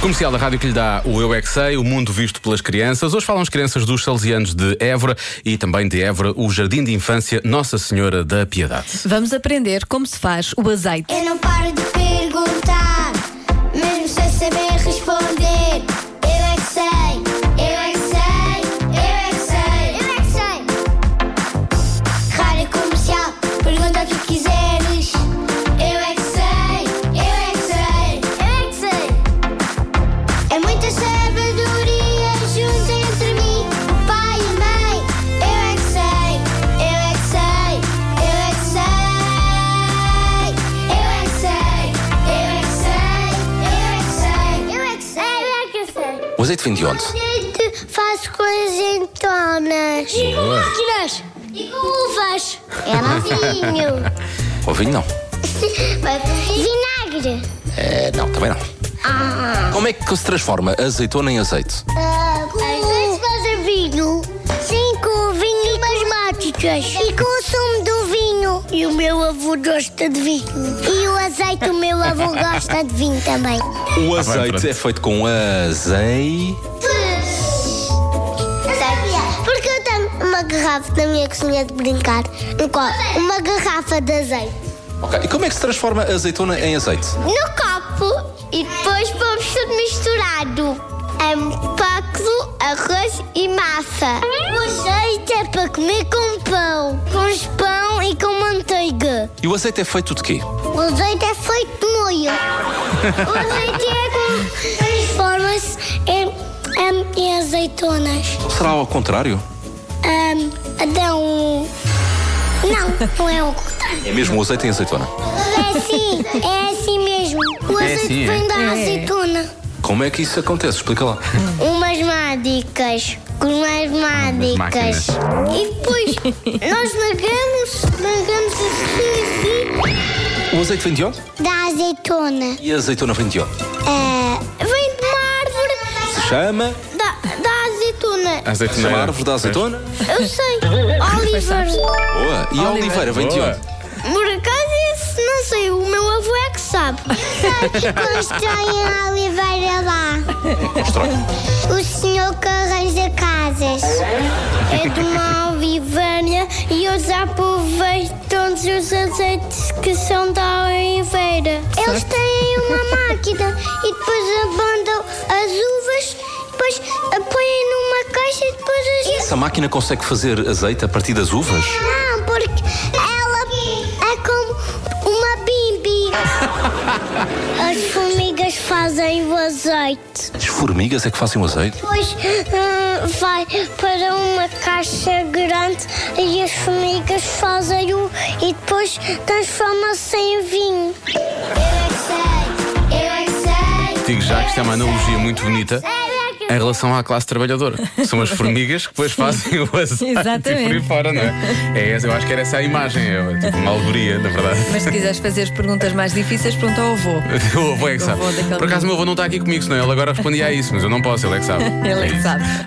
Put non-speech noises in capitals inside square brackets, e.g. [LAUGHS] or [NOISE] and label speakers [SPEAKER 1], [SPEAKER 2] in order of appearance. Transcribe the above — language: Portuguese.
[SPEAKER 1] Comercial da rádio que lhe dá o Eu é Que Sei, o mundo visto pelas crianças. Hoje falam as crianças dos salesianos de Évora e também de Évora, o Jardim de Infância Nossa Senhora da Piedade.
[SPEAKER 2] Vamos aprender como se faz o azeite.
[SPEAKER 3] Eu não paro de perguntar, mesmo sem saber responder. Eu é que sei, eu é que sei, eu é que sei, eu é que sei. Rádio comercial, pergunta o que quiseres. Eu é que sei, eu é que sei, eu é que sei. É muita sabedoria junta entre mim, o pai e a mãe. Eu é que sei, eu é que sei, eu é que sei. Eu é que sei, eu é que sei, eu é que sei. Eu é que sei, eu é que
[SPEAKER 4] O azeite vem de onde?
[SPEAKER 3] sei. gente faz coisas entonas. E com
[SPEAKER 1] Boa.
[SPEAKER 3] máquinas. E com uvas. É Era vinho.
[SPEAKER 4] Ou vinho não?
[SPEAKER 3] Vinagre.
[SPEAKER 4] É, não, também não. Como é que se transforma azeitona em azeite?
[SPEAKER 3] Azeite fazer vinho. Sim, com vinho e umas máticas. E com o sumo do vinho. E o meu avô gosta de vinho. E o azeite, o meu avô gosta de vinho também.
[SPEAKER 4] O
[SPEAKER 1] Ah, bem, pronto.
[SPEAKER 4] azeite é feito com azeite.
[SPEAKER 3] Porque eu tenho uma garrafa na minha cozinha de brincar. No qual? Uma garrafa de azeite.
[SPEAKER 4] Ok, e como é que se transforma azeitona em azeite?
[SPEAKER 3] No copo e depois pomos tudo misturado. É um páculo, arroz e massa. O azeite é para comer com pão. Com pão e com manteiga.
[SPEAKER 4] E o azeite é feito de quê?
[SPEAKER 3] O azeite é feito de molho. O azeite é com... Transforma-se em, em, em azeitonas.
[SPEAKER 4] Será ao contrário?
[SPEAKER 3] Um, Adão... então, Não, não é o contrário.
[SPEAKER 4] É mesmo o azeite em azeitona.
[SPEAKER 3] É assim, é assim mesmo. O
[SPEAKER 1] É
[SPEAKER 3] azeite
[SPEAKER 1] assim, é?
[SPEAKER 3] vem da
[SPEAKER 2] É.
[SPEAKER 3] azeitona.
[SPEAKER 4] Como é que isso acontece? Explica lá.
[SPEAKER 3] Umas mágicas. Com umas
[SPEAKER 1] máquinas.
[SPEAKER 3] mágicas. E depois nós negamos, negamos assim,
[SPEAKER 4] O azeite vem de onde?
[SPEAKER 3] assim. Da azeitona.
[SPEAKER 4] E a azeitona vem de onde?
[SPEAKER 3] É, vem de uma
[SPEAKER 4] Se
[SPEAKER 3] árvore
[SPEAKER 4] chama,
[SPEAKER 3] da, da azeitona.
[SPEAKER 1] É
[SPEAKER 4] se chama a é árvore da azeitona.
[SPEAKER 3] Eu sei. Oliver.
[SPEAKER 4] Boa. E a oliveira vem de onde?
[SPEAKER 3] Por acaso esse não sei, o meu avô é que sabe. Eu sei que constroem a oliveira lá.
[SPEAKER 4] Mostra.
[SPEAKER 3] O senhor que arranja casas é de uma oliveira e eles aproveitam todos os azeites que são da oliveira. Eles têm uma máquina e depois abandam as uvas, depois põem numa caixa e depois as
[SPEAKER 4] Essa máquina consegue fazer azeite a partir das uvas?
[SPEAKER 3] não, porque ela é como uma bimbi. [LAUGHS] As formigas fazem o azeite.
[SPEAKER 4] As formigas é que fazem o azeite?
[SPEAKER 3] Depois hum, vai para uma caixa grande e as formigas fazem o e depois transforma-se em vinho. Eu é que é sei, eu é que sei. é
[SPEAKER 1] Digo já que isto é uma analogia muito bonita em
[SPEAKER 3] bonita.
[SPEAKER 1] relação à classe trabalhadora. São as formigas que depois fazem o azeite e por aí
[SPEAKER 2] Exatamente.
[SPEAKER 1] fora, não é? é? essa- Eu acho que era essa a imagem, é tipo uma alegoria, na verdade. [LAUGHS]
[SPEAKER 2] Mas se quiseres fazer as perguntas mais difíceis, pergunta ao avô. [LAUGHS]
[SPEAKER 1] O avô é que
[SPEAKER 2] O
[SPEAKER 1] sabe.
[SPEAKER 2] avô daquele
[SPEAKER 1] Por acaso, o
[SPEAKER 2] menino.
[SPEAKER 1] meu avô não está aqui comigo, senão ele agora respondia a isso, mas eu não posso, ele é que sabe.
[SPEAKER 2] Ele é que
[SPEAKER 1] isso.
[SPEAKER 2] sabe.